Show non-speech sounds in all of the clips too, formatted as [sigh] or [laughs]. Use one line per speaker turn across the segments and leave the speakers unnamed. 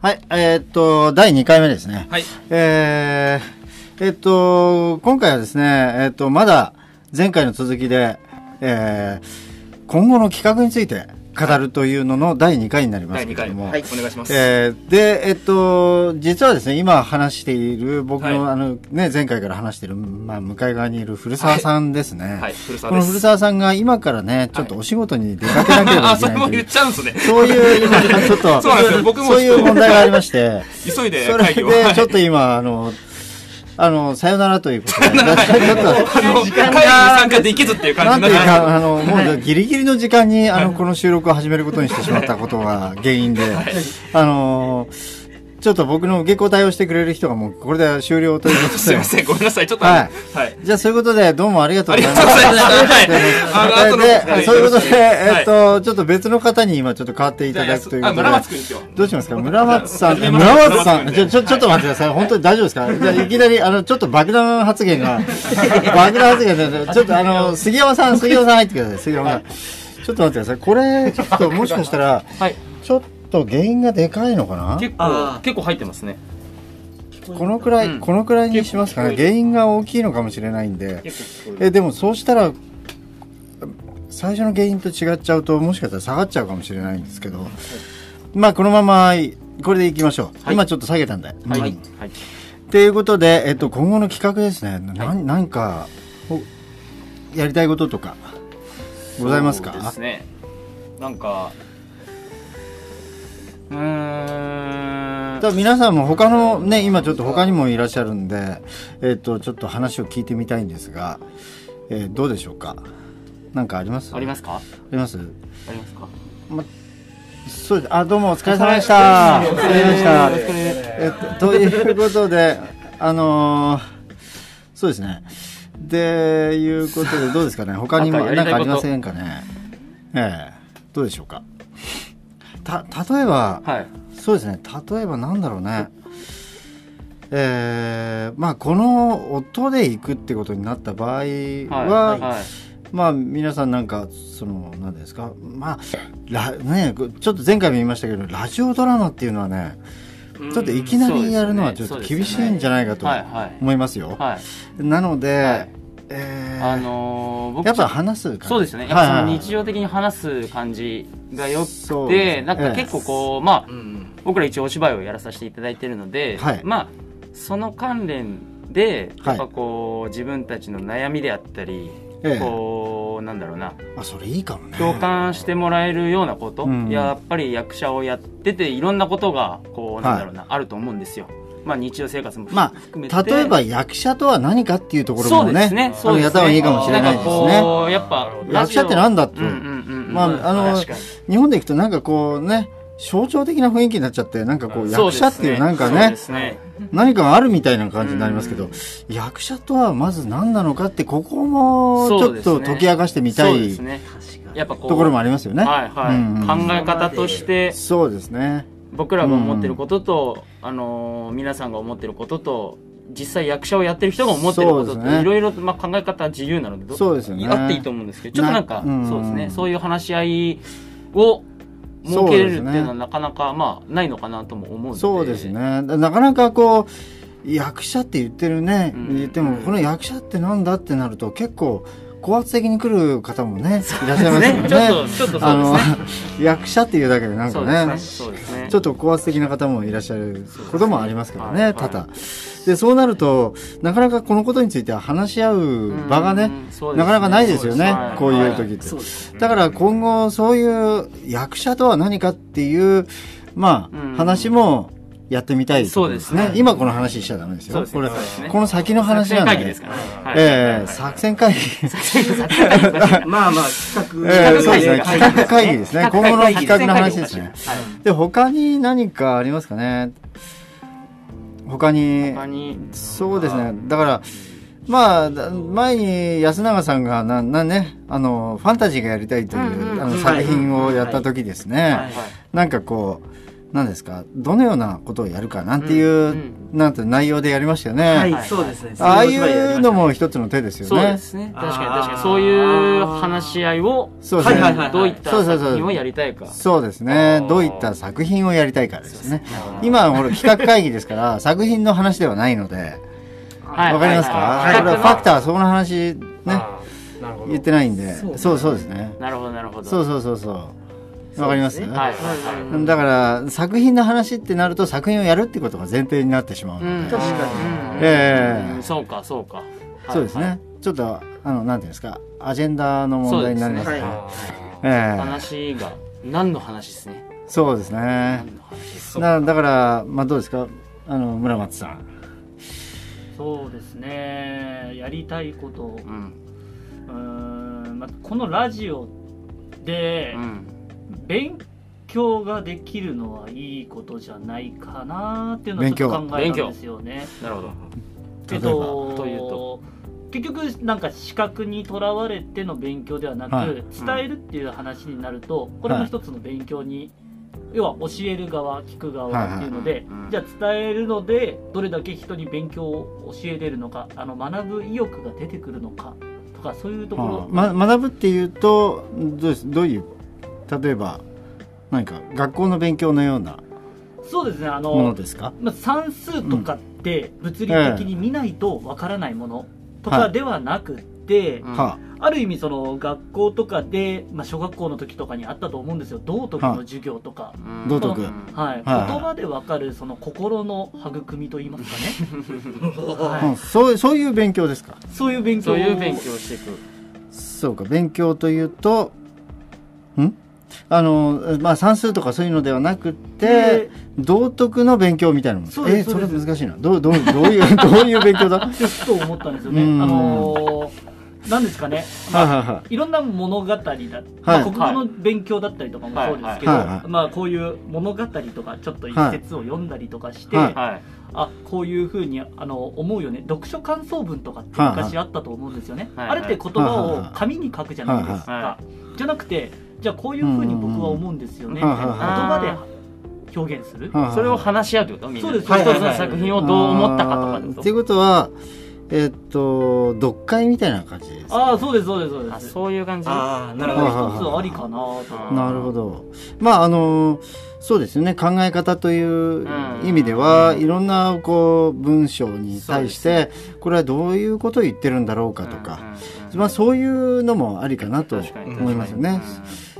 はい、えーっと、第2回目ですね。
はい。
えー、えーっと、今回はですね、えーっと、まだ前回の続きで、えー、今後の企画について語るというのの第2回になりますけれ
第2回
ど
も、
も、
はい、お願いします。
えーで、えっと、実はですね、今話している、僕の、
はい
あの、ね、前回から話している、まあ、向かい側にいる古澤さんですね。
はい、古
こ
澤で
の
す。
古澤さんが今からね、ちょっとお仕事に出かけなければ
[laughs] あ、
いけ
そ
な
れ
い
も
とい
言っ
う。
ちゃうんですね。
そういう、今、ちょっと、
そうなんですよ僕も
そういう問題がありまして、
急いで
それ
会議を。
で、
はい
ちょっと今、あの、あの、さよならということで、ちょっ
あの、会議
と
に、参加できずっていう
なん
感
て
じ
い
に
う
なっ
か、あの、もうギリギリの時間に、あの、この収録を始めることにしてしまったことが原因で、あの、ちょっと僕の受け答えをしてくれる人がもう、これで終了というこ
て。
と
[laughs] すい
で
ま。せん、ごめんなさい。ちょっと、
は
はいい。
じゃあ、そういうことで、どうもありがとう
あ
ご
り
ざい
が
ま
とうご
す。
ざいました。はい。あの、後の
で、そういうことで、えっ
はい
と、ちょっと別の方に今ちょっと変わっていただくというこ
あ、
とで
村。松くんですよ。
どうしますか村松さん、 [laughs] 村
はい
松さ
村松
ん、
君
ちょ、ちょ、ちょっと待ってください。本当に大丈夫ですかじ [laughs] ゃあいきなり、あの、ちょっと爆弾発言が、 [laughs] 爆弾発言で、ちょっとあの、杉山さん、杉山さん入ってください。杉山さん。ちょっと待ってください。これ、ちょっともしかしたら、
はい。
ちょっと原因がでかいのかな
結
あ
構、結構入ってますね。
このくら
う
い、
ん
このくらいにしますかね。原因が大きいのかもしれないんで。
結構聞こえる
え、でもそうしたら、最初の原因と違っちゃうと、もしかしたら下がっちゃうかもしれないんですけど、まあ、このまま、これでいきましょう。
はい
今ちょっと下げたんで。
は
う
い
ん。
はい。
ということで、えっと、今後の企画ですね、ななんかおやりたいこととかございますか
そうですね。なんか、うーん。
ただ皆さんも他のね今ちょっと他にもいらっしゃるんで、えっと、ちょっと話を聞いてみたいんですが、えーどうでしょうかなんかあります
ありますすか
あります
ありますか
そうですあどうもお疲れ様でしたお疲れ様でした、えっと、ということであのーそうですねでいうことでどうですかね他にも
なんかやり
何
たい
かあ
こ
り
と
ませんかねええどうでしょうかた例えば
はい。
そうですね例えばなんだろうねえー、まあこの音で行くってことになった場合は、
はい。はい
まあ皆さんなんかその何ですかまあラねちょっと前回も言いましたけどラジオドラマっていうのはねちょっといきなりやるのはちょっと厳しいんじゃないかと
はいはい。
思いますよ。
はい。
なので、
はい
えー
あのー、僕
やっぱ話す感じ
そうですね。やっぱその
はいはい
日常的に話す感じがよ
そ
く
うです
て、
ね
なんか結構こう、まあ、
うん
僕ら一応お芝居をやらさせていただいてるので、
はい
まあ、その関連で、
は
や
い
っぱこう、自分たちの悩みであったり、
ええ
こう、なんだろうな、
あそれいいかもね。
共感してもらえるようなこと、
うん
やっぱり役者をやってて、いろんなことが、こう、なんだろうな、あると思うんですよ。まあ、日常生活も
ま
含めて。
あ例えば役者とは何かっていうところ
そ
も
うで
ね
すね。
あの
そうですね
やった方がいいかもしれないです
なんか
ね。
こうやっぱ、
役者ってなんだと、
うんうんうんうん
まああの
確かに
日本で行くとなんかこうね象徴的な雰囲気になっちゃってなんかこう役者っていうなんか
そう
ね
ですね
何かがあるみたいな感じになりますけど、
うん
役者とはまず何なのかってここもち
そう
ょっ
ですね
と解き明かしてみた
そうで
い
すね
確かに
やっぱこう
ところもありますよね。
はいはい、
うんうん
考え方として
そうですね。
僕らが思ってることと、あのー皆さんが思ってることと実際役者をやってる人が思ってること
そう
と、
ですね
いろいろまあ考え方は自由なのでど
そうですよね
あっていいと思うんですけどちょっとなんか
なうん
そうですねそういう話し合いを設けれるっていうのはなかなかまあないのかなとも思うので
そうですね。だなかなかこう役者って言ってるね、
うん
言ってもこの役者ってなんだってなると結構高圧的に来る方もねいらっしゃいますよね。
ねちょっとちょ
あ
っとそう
の [laughs]
ですね
役者っていうだけでなん
そ
か
うです
ね
ね。そうですね
ちょっと高圧的な方もいらっしゃることもありますからね、
はい
多々。で、そうなると、なかなかこのことについては話し合う場がね、
うんそうで
な
すね
かなかないですよね、
はい
こういう時って。
そうです
だから今後、そういう役者とは何かっていう、まあ、
うん
話もやってみたい、
そうですね
今この話しちゃダメですよ。
そうですね
これ、
そうですね
この先の話なん
作戦会議です
か
からね、
ええ作戦会議。
まあまあ企画
[laughs] ええそうですね。
企画会議
企画会議ですね。今後の企画の話ですね。
はい
で他に何かありますかね他に
他に
そうですねだからまあだ前に安永さんがななねあのファンタジーがやりたいという、
うんうん
あの
はい
作品をやった時ですね、
はい
なんかこう何ですかどのようなことをやるかなんていう、
うん
なんて内容でやりましたよね、
はい、
はい
そうですね。
ああいうのも一つの手ですよね
そうですね。確かに
あー
確かに。そういう話し合いを、
そうですね
はいはいはい
どういった
そうそうそう
作品をやりたいか。
そうです
あ
ね
ー
どういった作品をやりたいかですよね
そうですね
今はほら企画会議ですから作品の話ではないので
はい
わかりますか、
はい
これはファクターそんな話ね
あー。なるほど。
言ってないんで
そう
そうそうですね
なるほど、なるほど。
そう
そ
そうそうそうわかります
そうですね
はい。
はい
うん
だから作品の話ってなると作品をやるってことが前提になってしまうので、
うん
確
う
か
ん
に
うん
ええ
うんそうか、そうか。はい
そうですね、。ちょっとあのなんていうんですかアジェンダの問題になります
そう
ね
ですね
あー
え
はい
え
話が、何の話ですね。
そうですね
何の話です
そう
なだから、まあ、どうですかあの村松さん
そうですねやりたいことを
うん。
うーん、まあ、このラジオで
うん。
勉強ができるのはいいことじゃないかなっていうのを
勉
ちょ
強
っと考えたんですよね。
なるほど。
勉強
えっ
というと
結局なんか資格にとらわれての勉強ではなく、
はい
伝えるっていう話になるとこれも一つの勉強に、要は教える側聞く側っていうので、
はいはい
じゃあ伝えるのでどれだけ人に勉強を教えれるのかあの学ぶ意欲が出てくるのかとかそういうところ、
ま、学ぶっていうとどうですどういう例えば何か学校の勉強のような
そうですねあ
もの
の、
ですか
まあ、算数とかって物理的に見ないとわからないものとかではなくって、
うん
は
ある意味その学校とかで、まあ、小学校の時とかにあったと思うんですよ道徳の授業とか、
うん
道徳
はい
はいはい
言葉でわかるその心の育みといいますかね、
あ、う
は
ん、そうそういう勉強ですか
い、そういう勉強
そ
を
ういう勉強をしていく。
そうか勉強というとんあのまあ算数とかそういうのではなくて
で
道徳の勉強みたいなもの
そう
え
です
それ
そうです
難しいなどうどうどういうどういう勉強だはい
ちょっと思ったんですよね、
うん
あのーなんですかね、まあ
はいはい
ろんな物語だ、まあ、
はい
国語の勉強だったりとかもそうですけど、
はいはいはい
まあ、こういう物語とかちょっと一節を読んだりとかして、
はい
はい。
あこういうふうにあの思うよね読書感想文とかって
はいはい
昔あったと思うんですよね、
はい
あれって言
はい
葉
はい
を紙に書くじゃないですか、
はいは
じゃなくてじゃあこういうふうに僕は思うんですよねみ
うん
た
うん
い
うん
な言
はいはい
葉で表現する、
はいはい
それを話し合うってことみんな。
そうです
一つ
はいはい
の
はい
作品をどう思ったかとかって
あー
こ
っていう
と
ことはえっと読解みたいな感じですか
ああそうですそうですそうで
あ、
す
そういう感じ
あー、な
これ
る
は
ほど。
一つありかなと
あー
なるほどまああのそうですよね考え方という意味では、
うん
いろんなこう文章に対し
そう
て、これはどういうことを言ってるんだろうかとか、まあ、そういうのもありかなと
確かに
思いますよね。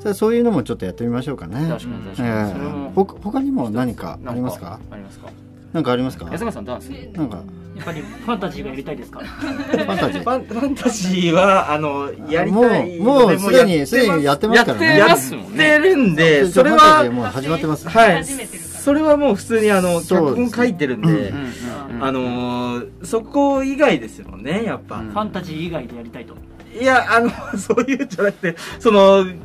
さあそういうのもちょっとやってみましょうかね。
うん確かに確
え
かに。それ
え
も
ほか他にも何かありますか？
ありますか
なんかありますか？
安村さんどうなんです
なんか
やっぱりファンタジーがやりたいですか
ファンタジ
フ
ー。
ァンファンタジーは、あの、やり
も
たい。
うもうすでにすでにや
やっ
ってま
や
すか
っ
ら
て
ね。
ますもんね。
てるん
[laughs]
で、
そ
そ
れ
れ
は
は、
もう始まってます。
はい。
初めてるから
それはもう普通にあの、脚
そうです
本書いてるんで
う、んうんうん
あのー、そこ以外ですよね、やっぱ。
うん
ファンタジー以外でやりたいと
いや、あの、そういうんじゃなくて、その、
うん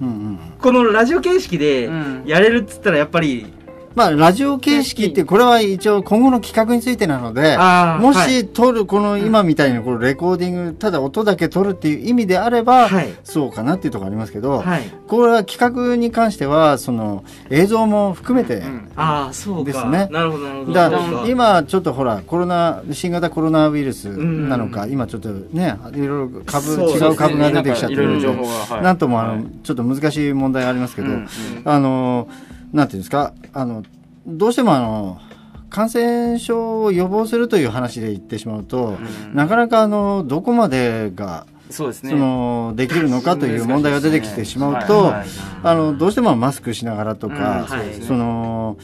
うん。
このラジオ形式で
うん
やれるっつったらやっぱり、
まあラジオ形式ってこれは一応今後の企画についてなので。
あー
も
はい
し撮るこの今みたいなこのレコーディングただ音だけ撮るっていう意味であれば
はい
そうかなっていうところありますけど
はい。
これは企画に関してはその映像も含めて
うん
ああ、そうか。
ですね
なるほど、なるほど。
だ
そうか
今ちょっとほらコロナ新型コロナウイルス
ん
なのか、今ちょっとねいろいろ株
そうですね
違う株が出てきちゃってる
なんかいろいろ
んで
情報がはい
なんともあの、
はい
ちょっと難しい問題がありますけど、
うん
あのなんていうんですかあのどうしてもあの感染症を予防するという話で言ってしまうと、
うん
なかなかあのどこまでが
そうですね。
そのできるのかという問題が出てきてしまうと、
難しいですね
あのどうしてもマスクしながらとか、
うんはい
その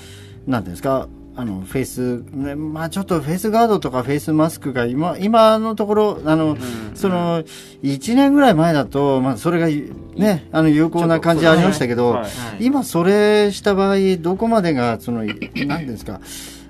なんていうんですかあのフェイス、ねまあ、ちょっとフェイスガードとかフェイスマスクが今今のところあの、その1年ぐらい前だと、まあ、それが、ね、あの有効な感じありましたけど、
はい
はい
今それした場合どこまでがその何ていうんですか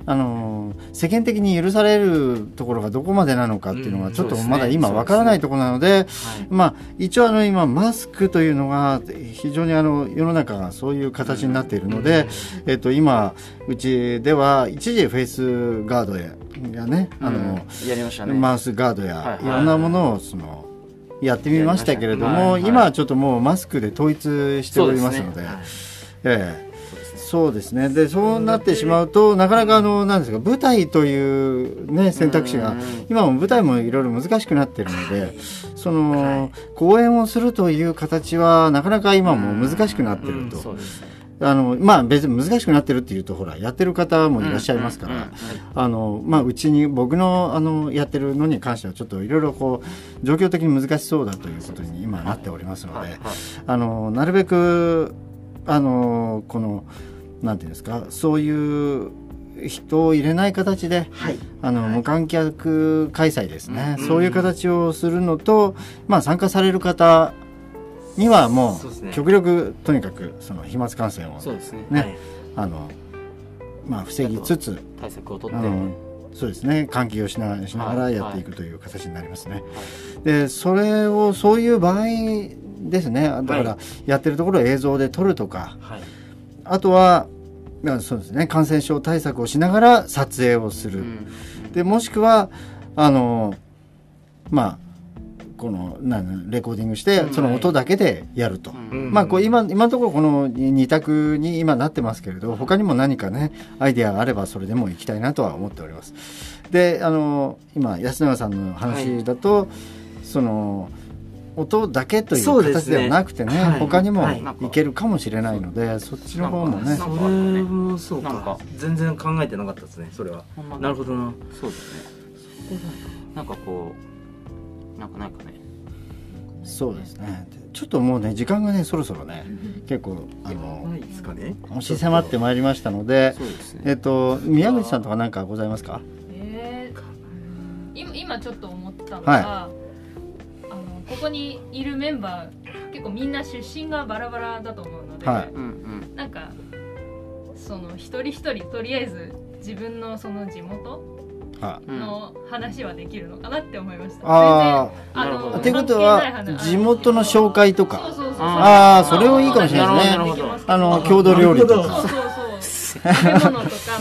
あの世間的に許されるところがどこまでなのかっていうの
う
は
ん
ちょっと
そうですね
まだ今わからないところなので、
はい
まあ一応あの今マスクというのが非常にあの世の中がそういう形になっているので、えっと今うちでは一時フェイスガードややねあの、
うんやりましたね。
マウスガードや、
はい
いろんなものをそのやってみましたけれども、
やりましたねはいはい
今はちょっともうマスクで統一しておりますので
はい
ええそそうですねでそうなってしまうとなかなかあのなんですか舞台という、ね、選択肢が
うん
今も舞台もいろいろ難しくなってるのでその公演をするという形はなかなか今も難しくなってる
うん
そ
と
うですね
あのまあ別に難しくなってるっていうとほらやってる方もいらっしゃいますから。あのまあ、うちに僕のあのやってるのに関してはちょっといろいろこう状況的に難しそうだということに今なっておりますので、
はいはい
あのなるべくあのこのなんていうんですかそういう人を入れない形で
はい
あの、無観客開催ですね、
うん
そういう形をするのと、まあ、参加される方にはも
そう
う
ですね
極力とにかくその飛沫感染を、
そうですね
ね
はい
あのまあ、防ぎつつ。
対策をとって
あのそうですね換気をしなしながらやっていくという形になりますね。でそれをそういう場合ですねだから、
は
やってるところを映像で撮るとか
はい
あとはまあそうですね感染症対策をしながら撮影をす
う
る、
ん
でもしくはあのまあこのなんレコーディングして、
うん
その音だけでやると。
うん
まあ、こう今今のところこの2択に今なってますけれど他にも何かねアイデアがあればそれでも行きたいなとは思っております。であの今安永さんの話だと、その音だけとい
そう
う
で
形
すね
ではなくてね
はい
他にも
はい
いけるかもしれないので、そっちの方もね
なんか
そ
ね
れもそう
なん
か
か
全然考えてなかったですねそれは
ほんま
なるほどな
そうですねなんかこうなんかないかね
そうですねちょっともうね時間がねそろそろね結構あの
ないですかね
押し迫ってまいりましたので
そうですね
えっと宮口さんとか何かございますか
えー今今ちょっと思ったのが、
は
あのここにいるメンバー結構みんな出身がバラバラだと思うので、
はい
うんうん
なんかその一人一人とりあえず自分のその地元
は
うん
の話はできるのかなって思いました。
ああ
全然あ
なるほ
の
ど
っていうこと
関係
は
ない話
地元の紹介と
そう
か
そうそう
あ
ーそれはいいかもしれないですね
なるほどなるほど
あの郷土料理と
なるほ
か
そうそうそう食べ物とか、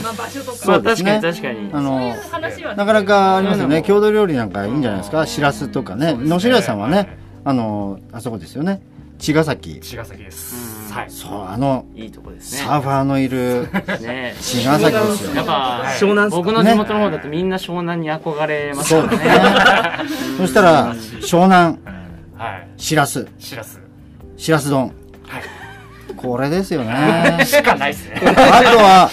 まあ、場所とか
ま
そ
あ
うです
確
ね
かに確かに
うん
あの
そういう話は
なかなかありますよ
そういうの
ね
も
郷土料理なんかいいんじゃないですかしらすとかね
そうですね
野白屋さんは
はい
ねあのあそこですよね茅ヶ崎
茅ヶ崎です、
うん
はい
そうあの
いいとこですね
サーファーのい
[laughs]
る
ね
茅ヶ崎ですよ
やっぱ
はい
湘南っすか
僕の地元の方だとみんな湘南に憧れます
そ
か
う
ら
で
ね
すねそしたら湘南
はい
しらす
しらす
しらす丼
はい
これです
[laughs]
よね
しかないですね
あとは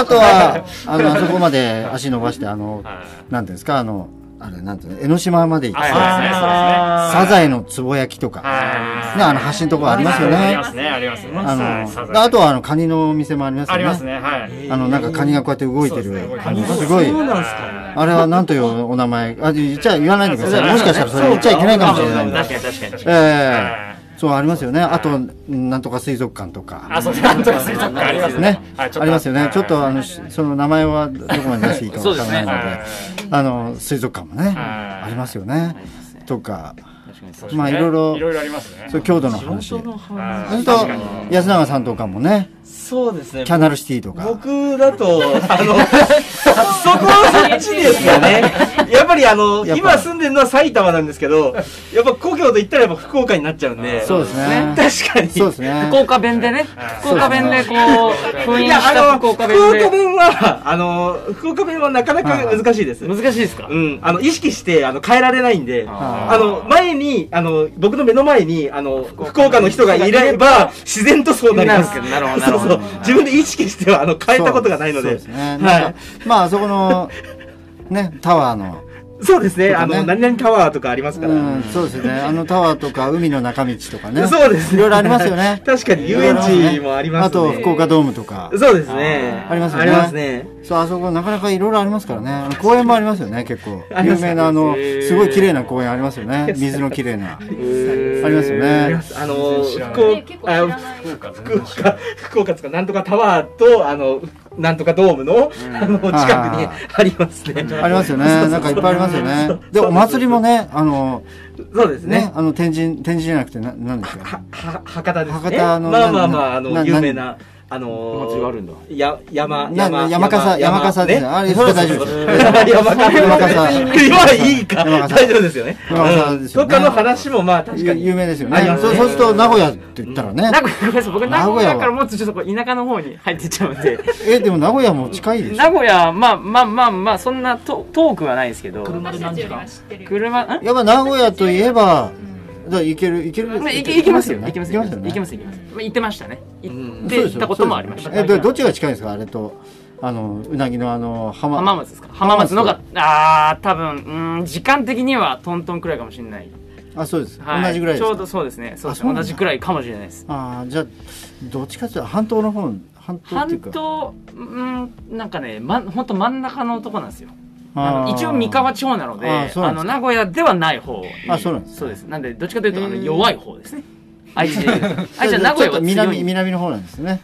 あとはあのあそこまで足伸ばしてあの
はい
なんていうんですかあのあれなんていうの江ノ島まで行っ
は
て
いそうですねそうですね
サザエのつぼ焼きとか
はい
ねあの橋のとこありますよ
あ
ね
りますねありますね
あ
はいサザエ
の、あとはあのカニのお店もありますよね。
ありますねはい
あの、なんかカニがこうやって動いて
そうですね
る。
カ
あ
ニ
の
が
すごい。
そうなんす
は
か
あれはなんというお名前。あ、言っちゃ、言わないでください。
そう
もしかしたらそれ言っちゃいけないかもしれないん
そう
で
だ
確かに確かに
ええ
はい
そう、ありますよね。あと、なんとか水族館とか。
あそうですなんとか水族館あります
ね。あ
はいちょっと
りますよね。ちょっと、あ
はい
の、しその名前はどこまで出していいかわからないの
はい
で。あの、水族館もね。
はい
ありますよね
あ。りますね
とか、
確かに
そ
そうう
ですね
まあいろいろ
いろいろありますね
そう、郷土の話。
地元の話
それ
本
と
確かに、
安永さんとかもね、
そうですね
キャナルシティとか。
僕
[laughs]
だと、あの、そこはそっちですよね。やっぱりあの、
やっぱ
今住んでるのは埼玉なんですけど、やっぱ故郷と言ったらやっぱ福岡になっちゃうんで。
そうですね。
確かに。
そうですね
福。岡弁でね福岡弁でこう封
い
印
や、
し
あ
た
の、
福
福岡
岡弁で
弁は、あの、福岡弁はなかなか難しいです。
難しいですか
うん、あの、意識して、あの、変えられないんで。
あ
あの、前に、あの、僕の目の前に、あの、福岡の人がいれば、自然とそうなります。
なるほどなるほ
そう
ど
そう。自分で意識しては、あの、変えたことがないの
そう
で
です。ね。
はい
なんかまああそこのねタワーの、
そうですね。
とか
あ
ね
の、何々タワーとかありますから。
うん、そうですね。あのタワーとか海の中道とかね。
そうですね。
いろいろありますよね
確かに [laughs] 遊園地もあります
あと
ね。
福岡ドームとか。
そうですね。
ありますよね
ありますね。
そうあそこなかなかいろいろありますからね。あの公園もありますよね結構
ありま
有
す
名なあの
へー
すごい綺麗な公園ありますよね。水の綺麗なあ
へー
りますよ
あり
ね
ま。すあの、
全然知らない
福
ね結構
岡、
知ら
あ
ない
福岡全
福
然知らな
岡、
い
福岡とか、なんとかタワーと、あの、なんとかドームの、あの、近くに
あ
ありますね。
ありますよね。なんかいっぱいありますよね。でお祭りもねあの
そうです
ね
ね。
あの天神天神じゃなくてななんですか。
は、は、博多ですね。
博多の
まあま
な
あまあ、
な
あの、有名な。あ
お
の
祭りがあるんだ
や山
な山笠山笠ですねあれそれ大丈夫です
[laughs] 山笠
山
いいか
山笠
大丈夫ですよね
山笠ですよね
うんとかの話もまあ確か
有
に
有名ですよ
あり
ね
ますね
そうそうすると名古屋って言ったらね
名古屋ごめんなさい僕名
名古
古
屋は
屋からもうちょっとこう田舎の方に入ってっちゃ [laughs] うんで
えでも名古屋も近いでしょ
名古屋まあまあまあまあそんなと遠くはないですけど
車で
私た
何時
ちよりは
間
知ってるよ
車ん
やっぱ名古屋といえば
うん
だから行ける行ける
まあいけ行きますよ行きます
行け
行
ますよね
きます行きますまあ行ってましたね
うん
行って行ったこともありました
えどどっちが近いんですかあれとあのうなぎのあの浜
浜松ですか浜松のがあー多分うーん時間的にはトントンくらいかもしれない、
あそうです、
はい、
同じぐらいです
ち
か
ょうどそうですねそうです
あそ
ね
うなんだ
同じくらいかもしれないです
ああじゃあどっちかっていうと半島の方半島ってい
半
うか
島うんなんかねま本当真ん中のとこなんですよ
あー
一応三河地方なので
あ
あ
ーそうなんです
の
か
名古屋ではない方に
あそうなんですね
そうですなんでどっちかというとあの
へー
弱い方ですね
[laughs]
愛知愛知は名古
ちょ
屋
っと
は強
南
い
南の方なんですね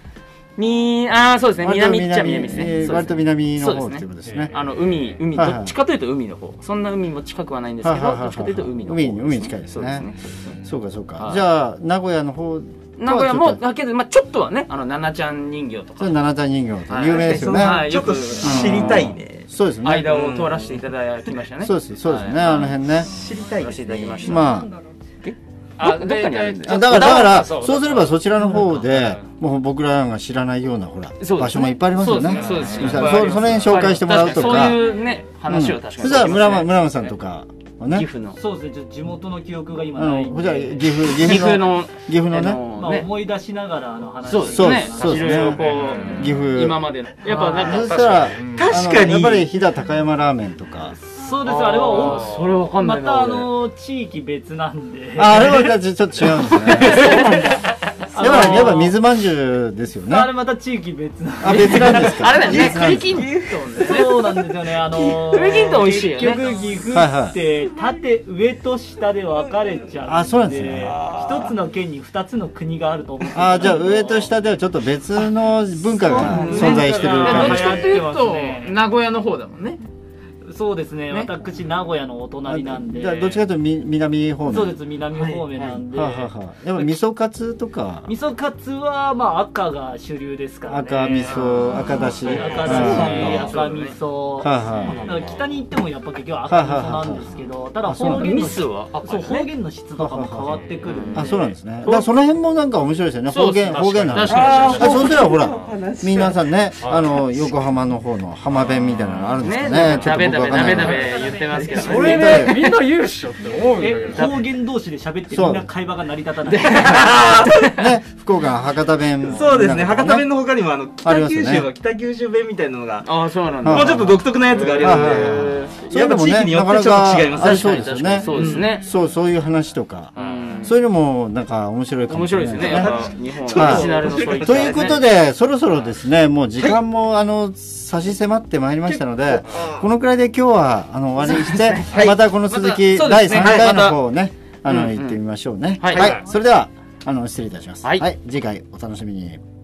みああそうですね
割と
南っちゃ南ですね
えー
そう
割
です
と
ね
南の
そ
方
う
っ
ですね
ていうことですね
あの海海ど
はいはい
っちかというと海の方そんな海も近くはないんですけ
はいはいは
ど
いは
ど
い
っちかというと海の方
海に海に近いですね
そうですねそうですね
そうかそうか
はい
じゃあ名古屋の方
名古屋
ち
も
ょっと
だけどまあちょっとはねあのナナちゃん人形と
そ
か
れ七谷人形って有名ですよね、
はい
ちょっと知りたいね
そうですね
間を通らせていただきましたね
そうですそうですね、
はい
あの辺ね
知りたい
通らせていただきました
まあ
なんだろう
あどっかにあるんだ
あ
よ
だからだから
そう
そうすればそちらの方で
う
もう僕らが知らないようなほら、
そうですね
場所もいっぱいありますよね
そうです
ね
そ
そうですね
その辺紹介してもらうとか
確にそういうね話を確かに
うんそしたら村間村間さんとかはね
岐阜の
そうですねちょっと地元の記憶が今
あ
な
の
いん
じゃあ
で
岐阜岐
岐
阜
阜
の
の
岐阜の
あ
ね
の
まあ、
ね
思い出しながらの話
そうで
そ
す
う
ね
です
いろいろこ
うん
岐
う
阜
今までのやっぱな
そ
んか
したら
うん
確かに
あのやっぱり飛騨高山ラーメンとか
そうですあれは
あ
お
ーそれわかんな
ま
い
た
な
あ
俺
の地域別なんで
ああれはじゃあちょっと違うんですねやっぱ
あのー
やっぱ水まんじゅうですよね
あれまた地域別なんで
あ別なんですか
あれだよね
別なんです
栗きん
そうなんですよね、あの
栗きんとん美味しいよね
結局岐阜って縦上と下で分かれちゃうんで、
あそうなんですね
一つの県に二つの国があると思うんですけど
あーじゃあ上と下ではちょっと別の文化が存在してる
そう
ど
な
感
っ
んで
ち
じ
す
かというと名古屋の方だもんね
そうですね
ね
私名古屋のお隣なんで
じゃあどっちかというとみ南方面
そうです南方面なんで、
はあはあはあやっぱ味噌カツとか
味噌カツはまあ赤が主流ですからね
赤味噌赤だし
赤
はい
だし赤味噌、
はいはい
だから北に行ってもやっぱ結局は赤味噌なんですけど、ただ
そうな
方
んだ
言
ミ
の
ス
質
はあ
そう方言の質とかも変わってくるんで、
あそうなんですねだからその辺もなんか面白いですよね方言方言なん
で
ですす
確かに確か
あそうすればほら皆さんねあの横浜の方の浜弁みたいなのあるん
に
ですか
ね
ねちょっ
ダ
と
メ
僕
ダ
わかんない
メダメダ
な
メ言ってますけど
こ
ね
れねみんな勇者って思うんだけ
え
ど
方言同士で喋って
そう
みんな会話が成り立
[laughs]
たない
ね福岡博多弁
[laughs] そうですね博多弁
の
の他にもあの
あり
北
ますよ
九
ね
州は北九州弁みたいなのが
ああそうなん
あ
も
だ
うちょっと独特なやつがあります
はいはいはい
のでやっぱ地域によってちょっと違います
あ
ね
りそうですよね
確かに確かにそうですね
そうそういう話とか
うん
そういうのもなんか面白いかも
面
し
白
れ
い
な
で
い
す
で
ね
す
や
ね
っぱ日本オリジナルのそういっ
[laughs]
た
ということで、そろそろですね、もう時間も、あの、差し迫ってまいりましたので、このくらいで今日は、あの、終わりにして、
い
またこの続き、
またそう
第
ですね
3
は
回
い
の方をね、あ
う
の、
んうん
行ってみましょうね。
はい
はい。それでは、あの、失礼いたします。
はい
はい。次回、お楽しみに。